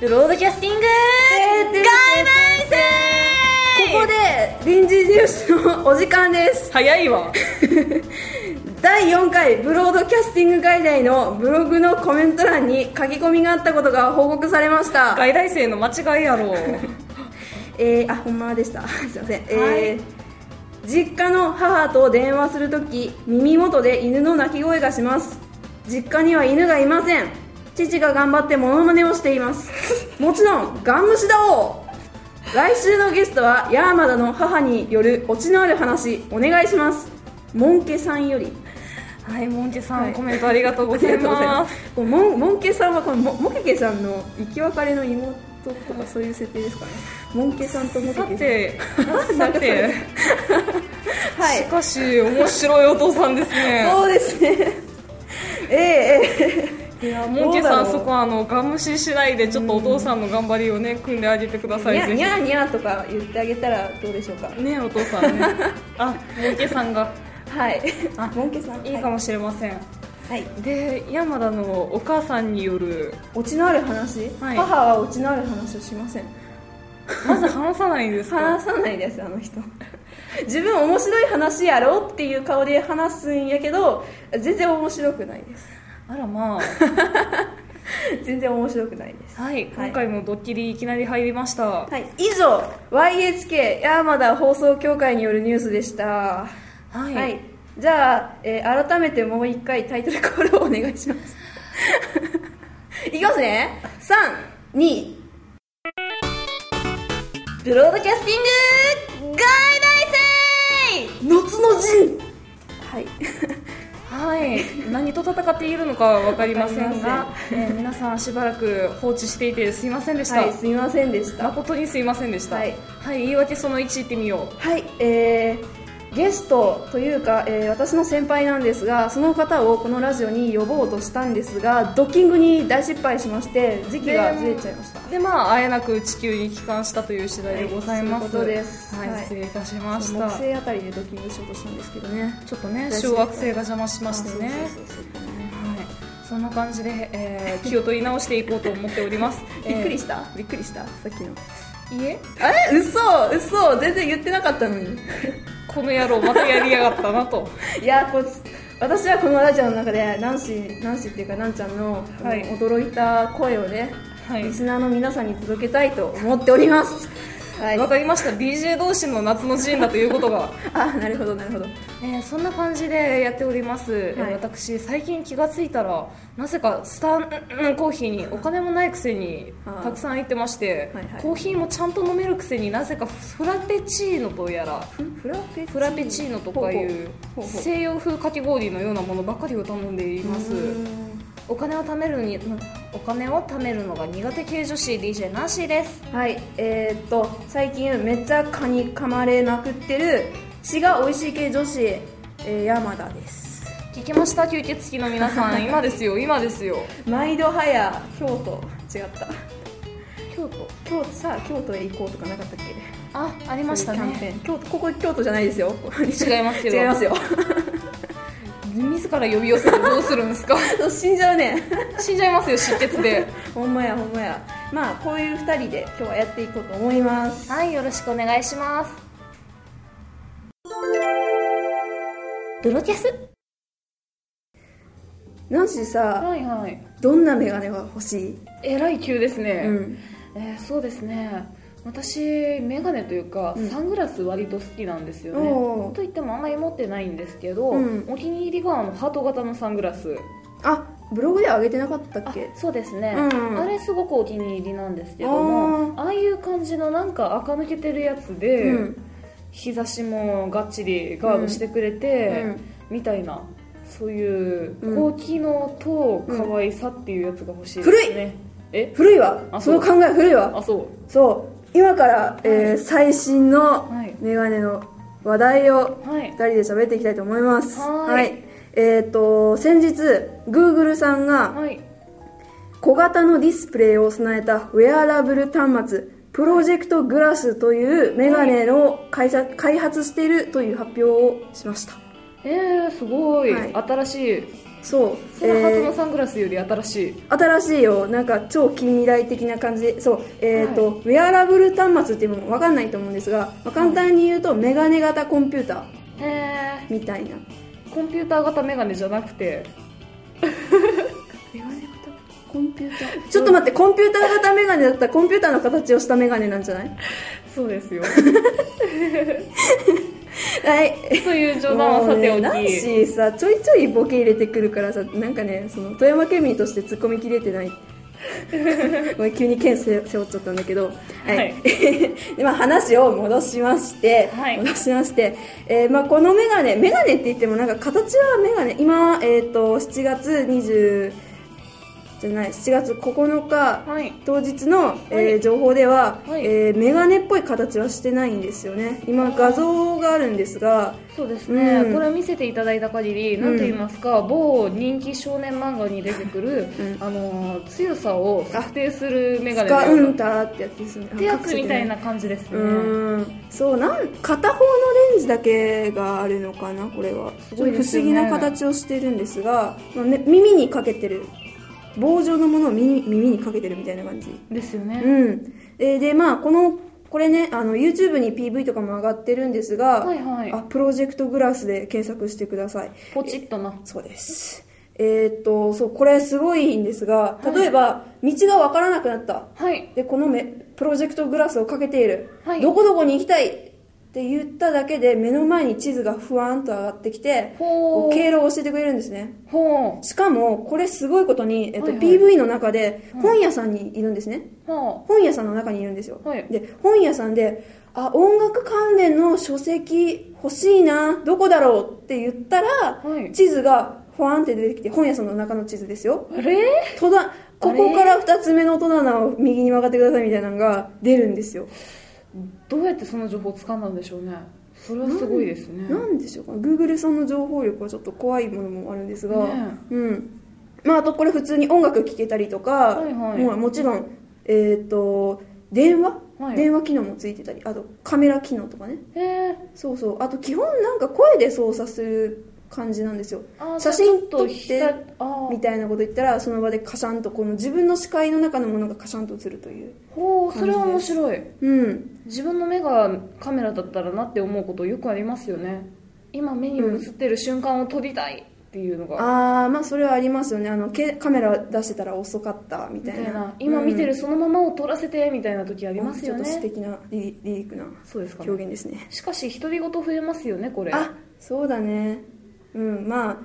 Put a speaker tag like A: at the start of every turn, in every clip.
A: ブロードキャスティング
B: ー
A: 生
B: ここで臨時ニュースのお時間です
A: 早いわ
B: 第4回ブロードキャスティング外来のブログのコメント欄に書き込みがあったことが報告されました
A: 外来生の間違いやろ
B: えー、あほんまでした すいません、えー実家の母と電話するとき耳元で犬の鳴き声がします実家には犬がいません父が頑張ってモノマネをしています もちろんガン無視だおう来週のゲストはヤーマダの母によるオチのある話お願いしますモンケさんより
A: はいモンケさん、
B: はい
A: コメントありがとうございます
B: これモンモンケさんはこのモモケケさんの生き別れの妹とかそういう設定ですかねモンケさんとモケケさ
A: さ
B: ん
A: てさて
B: はい
A: しかし面白いお父さんですね
B: そうですね。ええええ。いや
A: モンケさんそこはあのガムシしないでちょっとお父さんの頑張りをね組んであげてくださ
B: に
A: い
B: ゃ
A: ぜひ
B: にゃにゃとか言ってあげたらどうでしょうか。
A: ねお父さん ねあモンケさんが
B: はい
A: あ。
B: モンケさん
A: いいかもしれません
B: はい。はい
A: で山田のお母さんによる
B: オチのある話、
A: はい
B: 母はオチのある話をしません
A: まず話さないんですか
B: 話さないですあの人自分面白い話やろうっていう顔で話すんやけど全然面白くないです
A: あらま
B: 全然面白くないです
A: あはい今回もドッキリいきなり入りました、
B: はい以上 YHK 山田放送協会によるニュースでした
A: はい、
B: はい、じゃあ、えー改めてもう一回タイトルコールをお願いしますいきますね32
A: ブロードキャスティング外来
B: 夏の陣はい
A: 生はい何と戦っているのかは分かりません
B: わ
A: が
B: か
A: えー皆さんしばらく放置していてすいませんでした、
B: はいすみませんでした
A: 誠にすいませんでした
B: はい
A: はい、言い訳その1いってみよ
B: はいえーゲストというか、えー私の先輩なんですがその方をこのラジオに呼ぼうとしたんですがドッキングに大失敗しまして時期がずれちゃいました
A: うでまああえなく地球に帰還したという次第でございます、
B: はいそういうことです
A: はい
B: はい
A: 失礼いたしまし
B: 木
A: た
B: 星あたりでドッキングしようとしたんですけどね
A: ちょっとね
B: 大丈
A: 小
B: 夫
A: 惑星が邪魔しましてね
B: あそうそうそう
A: は
B: そう
A: いそんな感じで、えー気を取り直していこうと思っております
B: びっくり
A: し
B: した、びっくりしたさっきの
A: いえ
B: あれ嘘嘘全然言ってなかったのに
A: この野郎またやりやがったなと
B: いやこう私はこのラジオの中でナンシーナンシーっていうかナンちゃんの,あの、
A: はい
B: 驚いた声をね、
A: はい
B: リスナーの皆さんに届けたいと思っておりますはい
A: わ
B: あ
A: かりました DJ 同士の夏の陣だということ が、
B: なるほどなるほど
A: えーそんな感じでやっております、えー
B: はい
A: 私最近気がついたらなぜかスタンうんコーヒーにお金もないくせに
B: あー
A: たくさん行ってまして、
B: はいはい
A: コーヒーもちゃんと飲めるくせになぜかフラペチーノとやら
B: フフラペチーノ
A: フラペチーノとかいう
B: ほうほうほうほう
A: 西洋風かき氷のようなものばかりを頼んでいます
B: うー
A: お金を貯めるにんお金を貯めるのが苦手系女子 DJ ナンシーです
B: んはいえー、っと最近めっちゃ蚊に噛まれまくってる血が美味しい系女子、えー、山田です
A: 聞きました吸血鬼の皆さん今ですよ今ですよ
B: 毎度早京都違った
A: 京都
B: 京都さあ京都へ行こうとかなかったっけ
A: ああり
B: あ
A: ましたね
B: 京都ここ京都じゃないですよ
A: 違いますけど
B: 違いますよ
A: 自ら呼び寄せてどうするんですか
B: 死んじゃ うね
A: 死んじゃいますよ失血で
B: ほんまやほんまやまあこういう2人で今日はやっていこうと思いま す
A: はいよろしくお願いしますドロキャス
B: ナンシーさ
A: はいはい
B: どんなメガネが欲しい、
A: えらい急ですね、
B: うん、
A: えーそうですね私メガネというか、
B: うん
A: サングラス割と好きなんですよ
B: お
A: ね
B: ー
A: といってもあんまり持ってないんですけど、
B: うん
A: お気に入りがあのハート型のサングラス
B: あブログでは上げてなかった
A: あ
B: っけ
A: そうですね、
B: うん
A: あれすごくお気に入りなんですけどもああいう感じのなんか垢抜けてるやつで、
B: うん
A: 日差しもがっちりガードしてくれて、
B: うん
A: みたいなそういう
B: うん
A: 高機能と可愛さっていうやつが欲しいです
B: 古い
A: ね、え
B: 古いわ
A: あ
B: そ
A: そう
B: の考え古いわ
A: あそう
B: そう今から、えー最新の
A: はい
B: メガネの話題を
A: はい
B: 二人で喋っていきたいと思います
A: はーい
B: えっ、と先日 Google さんが
A: はい
B: 小型のディスプレイを備えたウェアラブル端末プロジェクトグラスというメガネを開発開発しているという発表をしました
A: えー、すごい、
B: はい
A: 新しい
B: そう
A: そのハートの
B: え
A: サングラスより新しい、
B: ー新しいよなんか超近未来的な感じでそうえっ、と、
A: は
B: ウェアラブル端末っていうのも分かんないと思うんですが、まあ簡単に言うとメガネ型コンピューター
A: へえ
B: みたいな
A: コンピューター型メガネじゃなくて
B: メガネ型コンピューターちょっと待ってコンピューター型メガネだったらコンピューターの形をしたメガネなんじゃない
A: そうです よ
B: はい
A: と いう冗談はさておき、
B: もうねナンシーさちょいちょいボケ入れてくるからさなんかねその富山県民として突っ込みきれてないごめん急に剣背背負っちゃったんだけど、はい
A: はい
B: でまあ、話を戻しまして、
A: はい
B: 戻しまして、えーまあ、このメガネメガネって言ってもなんか形はメガネ今、えー、と7月20じゃない7月9日、
A: はい
B: 当日の、えー情報では、
A: はい
B: えーメガネっぽい形はしてないんですよね今画像があるんですが
A: そうですね、
B: うん
A: これを見せていただいた限り、なんと言いますか某人気少年漫画に出てくる、
B: うん
A: あのー強さを測定するメガ
B: ス
A: ネみ
B: カ
A: た
B: ウ
A: いな
B: ンターってやつですね
A: ってやつみたいな感じです
B: う
A: ね、
B: んそうなん片方のレンズだけがあるのかなこれは
A: すごいです
B: ちょっ
A: よね
B: と不思議な形をしてるんですが、まあめ耳にかけてる棒状のものを耳耳にかけてるみたいな感じ
A: ですよね、
B: うんえーでまあこのこれねあの YouTube に PV とかも上がってるんですが、
A: はいはい
B: あプロジェクトグラスで検索してください
A: ポチッとな
B: そうです。えーっと、そう、これすごいんですが、例えば、道がわからなくなった。
A: はい
B: で、このめプロジェクトグラスをかけている。
A: はい
B: どこどこに行きたいって言っただけで、目の前に地図がふわーんと上がってきて、こ
A: ほう
B: う経路を教えてくれるんですね。
A: ほ
B: しかも、これすごいことに、えっと、
A: はいはい
B: PV の中で、本屋さんにいるんですね。
A: うほ
B: 本屋さんの中にいるんですよ。
A: はい
B: で、本屋さんで、あ、音楽関連の書籍欲しいな、どこだろうって言ったら、
A: うはい
B: 地図がファーンって出てきて本屋さんの中の地図ですよ
A: あれ
B: 戸だここから2つ目の戸棚を右に曲がってくださいみたいなのが出るんですよ、
A: どうやってその情報を掴んだんでしょうねそれはすごいですね
B: なんでしょうか Google さんの情報力はちょっと怖いものもあるんですが、
A: ね
B: うんまああとこれ普通に音楽聴けたりとか、
A: はいはい
B: もうもちろんえっ、と電話、
A: はい
B: 電話機能もついてたりあとカメラ機能とかね
A: へえ
B: そうそうあと基本なんか声で操作する感じなんですよ
A: あー
B: 写真撮っ
A: じ
B: て
A: ゃあちょっと光あ
B: み
A: ー
B: たいなこと言ったらその場でカシャンとこの自分の視界の中のものがカシャンと映るという
A: ほうそれは面白い
B: うん
A: 自分の目がカメラだったらなって思うことよくありますよね今目に映ってる瞬間を撮りたいっていうのが、
B: ああまあそれはありますよねあのけカメラ出してたら遅かったみた
A: み
B: い
A: た
B: ない
A: な今見てるそのままを撮らせてみたいな時あ
B: うん
A: りますよ
B: ちょっと詩
A: ね
B: 的なリリリークな
A: そうですか
B: 表
A: ね
B: 現ですね
A: しかし独り言増えますよねこれ
B: あそうだねうんまあ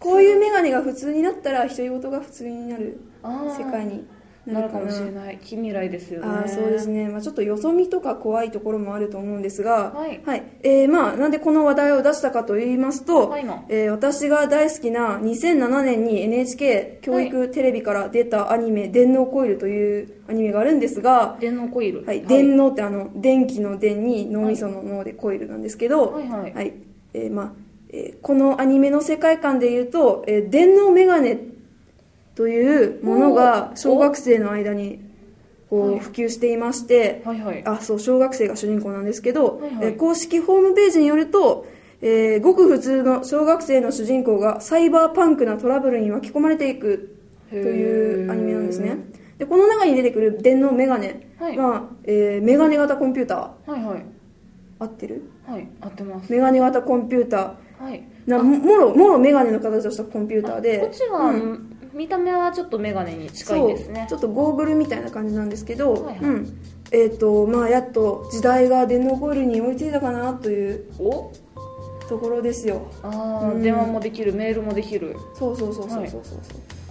B: こういう眼鏡が普通になったら独り言が普通になる
A: あー
B: 世界に
A: な
B: な
A: る
B: る
A: か
B: か
A: も
B: な
A: しれない近未来ですよね
B: あーそうですね、まあ、ちょっとよそ見とか怖いところもあると思うんですが、
A: はい
B: えーまあ、なんでこの話題を出したかと言いますと、
A: はいの
B: えー私が大好きな2007年に NHK 教育テレビから出たアニメ「電脳コイル」というアニメがあるんですが、
A: 電脳コイル
B: はい、電脳ってあの電気の電に脳みその脳でコイルなんですけど、
A: はいはい
B: はいえーまあえーこのアニメの世界観で言うと、えー電脳メガネというものが
A: おー
B: 小学生の間に
A: は
B: こう
A: い
B: 普及していまして、
A: はいはい
B: あそう小学生が主人公なんですけど、
A: はいはい
B: えー公式ホームページによると、えーごく普通の小学生の主人公がサイバーパンクなトラブルに巻き込まれていくというアニメなんですねでこの中に出てくる電脳メガネ
A: はい
B: まあえーメガネ型コンピューター
A: はいはい
B: 合ってる
A: はい合ってます
B: メガネ型コンピューター
A: はい
B: なももろもろメガネの形をしたコンピューターで
A: こっちは、
B: うん
A: 見た目はちょっと眼鏡に近いですね
B: そうちょっとゴーグルみたいな感じなんですけど、
A: はいはい
B: うんえっ、とまあやっと時代が電脳ゴールに追いついたかなという
A: お
B: ところですよ
A: あー、
B: うん
A: 電話もできるメールもできる
B: そうそうそうそうそう
A: はい
B: そうそう、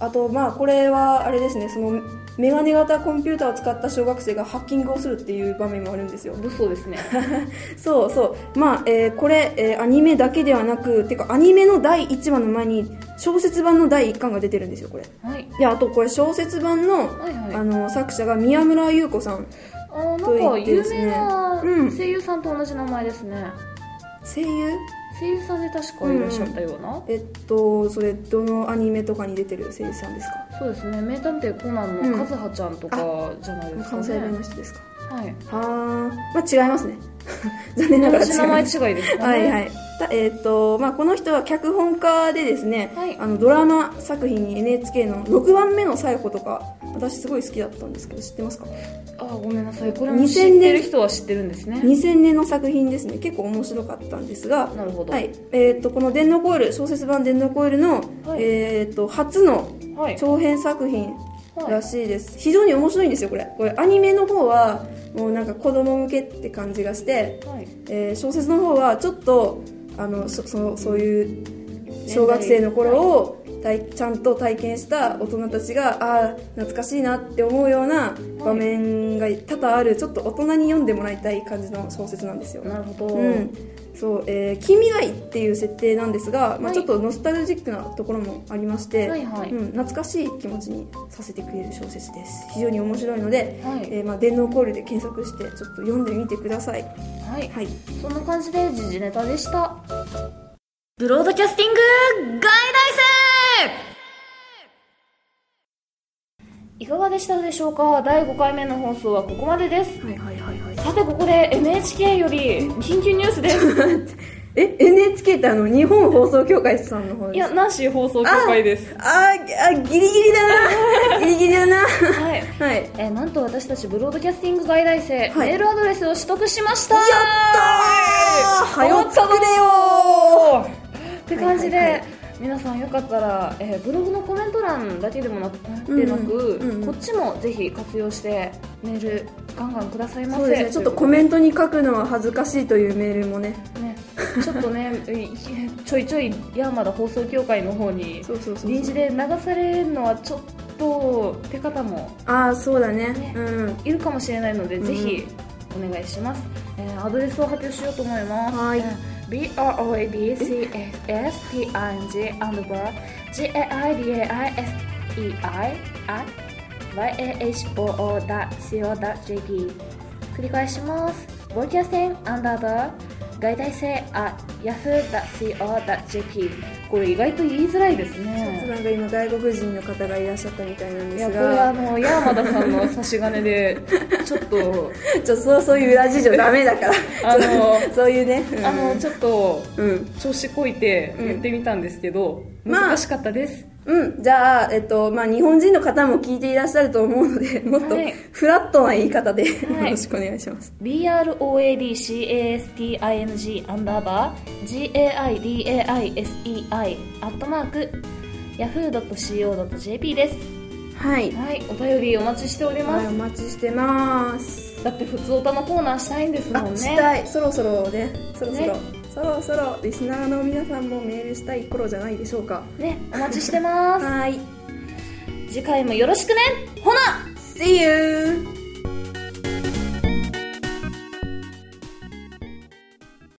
B: あとまあこれはあれですねそのメガネ型コンピューターを使った小学生がハッキングをするっていう場面もあるんですよ
A: 物騒です ね
B: そうそうまあ、えーこれ、えーアニメだけではなくてかアニメの第1話の前に小説版の第1巻が出てるんですよこれ
A: はい
B: であとこれ小説版の,、
A: はいはい
B: あの作者が宮村優子さん
A: あー
B: と
A: なんか
B: 言ってで
A: 有
B: すね
A: 名な
B: うん
A: 声優さんと同じ名前ですね、
B: 声優
A: 声優さんで確かいらっしゃったような、
B: えっとそれどのアニメとかに出てる声優さんですか
A: そうですね名探偵コナンのカズハちゃんとかじゃないですか
B: 関
A: ね、
B: 西弁の人ですか
A: はい
B: あーまあ違いますね 残念ながら違
A: 私
B: います
A: 名前違いですか
B: は
A: ね
B: いはい。たえーっとまあ、この人は脚本家でですね、
A: はい
B: あのドラマ作品に NHK の6番目の最後とか私すごい好きだったんですけど知ってますか
A: あーごめんなさいこれも知ってる人は知ってるんですね
B: 2000年の作品ですね結構面白かったんですが
A: なるほど
B: はいえー、とこの「電脳コイル」小説版「電脳コイルの」
A: はい
B: えー、と初の
A: はい
B: 長編作品らしいです、非常に面白いんですよこれこれアニメの方はもうなんか子供向けって感じがして
A: はい
B: えー小説の方はちょっとあのそそそういう小学生の頃を体ちゃんと体験した大人たちがああー懐かしいなって思うような場面が多々あるちょっと大人に読んでもらいたい感じの小説なんですよ。
A: なるほど、
B: うんそうえー、近未来っていう設定なんですが、
A: は
B: まあ、
A: い
B: ちょっとノスタルジックなところもありまして、
A: はいはい
B: うん、懐かしい気持ちにさせてくれる小説です非常に面白いので、
A: はい
B: えーまあ、電脳コールで検索してちょっと読んでみてください、
A: はい
B: はい、
A: そんな感じで時事ネタでした
C: ブロードキャスティング外来
A: いかがでしたでしょうか第5回目の放送はここまでです
B: はいはいはいはい。
A: さてここで NHK より緊急ニュースです
B: え、NHK ってあの、日本放送協会さんの方
A: い
B: です
A: や
B: か
A: ナンシー放送協会です
B: あーあ、ギリギリだな ギリギリだな
A: はい
B: はい。
A: えーなんと私たちブロードキャスティング外来生、
B: はい
A: メールアドレスを取得しましたや
B: あーはよつくれよ
A: って感じで、
B: はいはいはい
A: 皆さんよかったら、えーブログのコメント欄だけでもなくなってなく、
B: うんうんうんうん
A: こっちもぜひ活用してメールガンガンくださいませ
B: そうですね、ちょっとコメントに書くのは恥ずかしいというメールもね。
A: ね、ちょっとねいちょいちょいヤーマダ放送協会の方に
B: そうそうそう
A: 臨時で流されるのはちょっとって方も
B: ああ、そうだね。
A: ね
B: うん。
A: いるかもしれないので、
B: ん
A: ぜひお願いします、えーアドレスを発表しようと思います、
B: はい
A: えー BROADCSPING アンドバー GAIDAISEI at yahoo.co.jp 繰り返しますボイキャステンアンダーバー外大生 at yahoo.co.jp これ意外と言いづらいですね
B: なんか今、外国人の方がいらっしゃったみたいなん
A: い
B: で
A: や
B: す
A: これあ
B: が、
A: のヤーマダさんの差し金でちょっと
B: ちょそうそういう裏事情ダメだから。
A: あの
B: そういうね。うん
A: あの、ちょっと、
B: うん。
A: 調子こいて言ってみたんですけど、
B: うん
A: 難しかったです。
B: うん、じゃあ、えっと、まあ、日本人の方も聞いていらっしゃると思うので、もっと
A: はい
B: フラットな言い方で、
A: はい
B: よろしくお願いします。
A: broadcasting アンダーバー gaidai.sei アットマーク yahoo.co.jp です。
B: はい。
A: はい、お便りお待ちしておりま
B: はい、お
A: す。
B: 待ちしてます。
A: だって、普通おたのコーナーしたいんです
B: あ
A: もん、ね。
B: したい。そろそろね、そろそろ、
A: ね
B: そろそろ、リスナーの皆さんもメールしたい頃じゃないでしょうか。
A: ね、 お待ちしてま
B: はい。
A: す。次回もよろしくねほな
B: See you!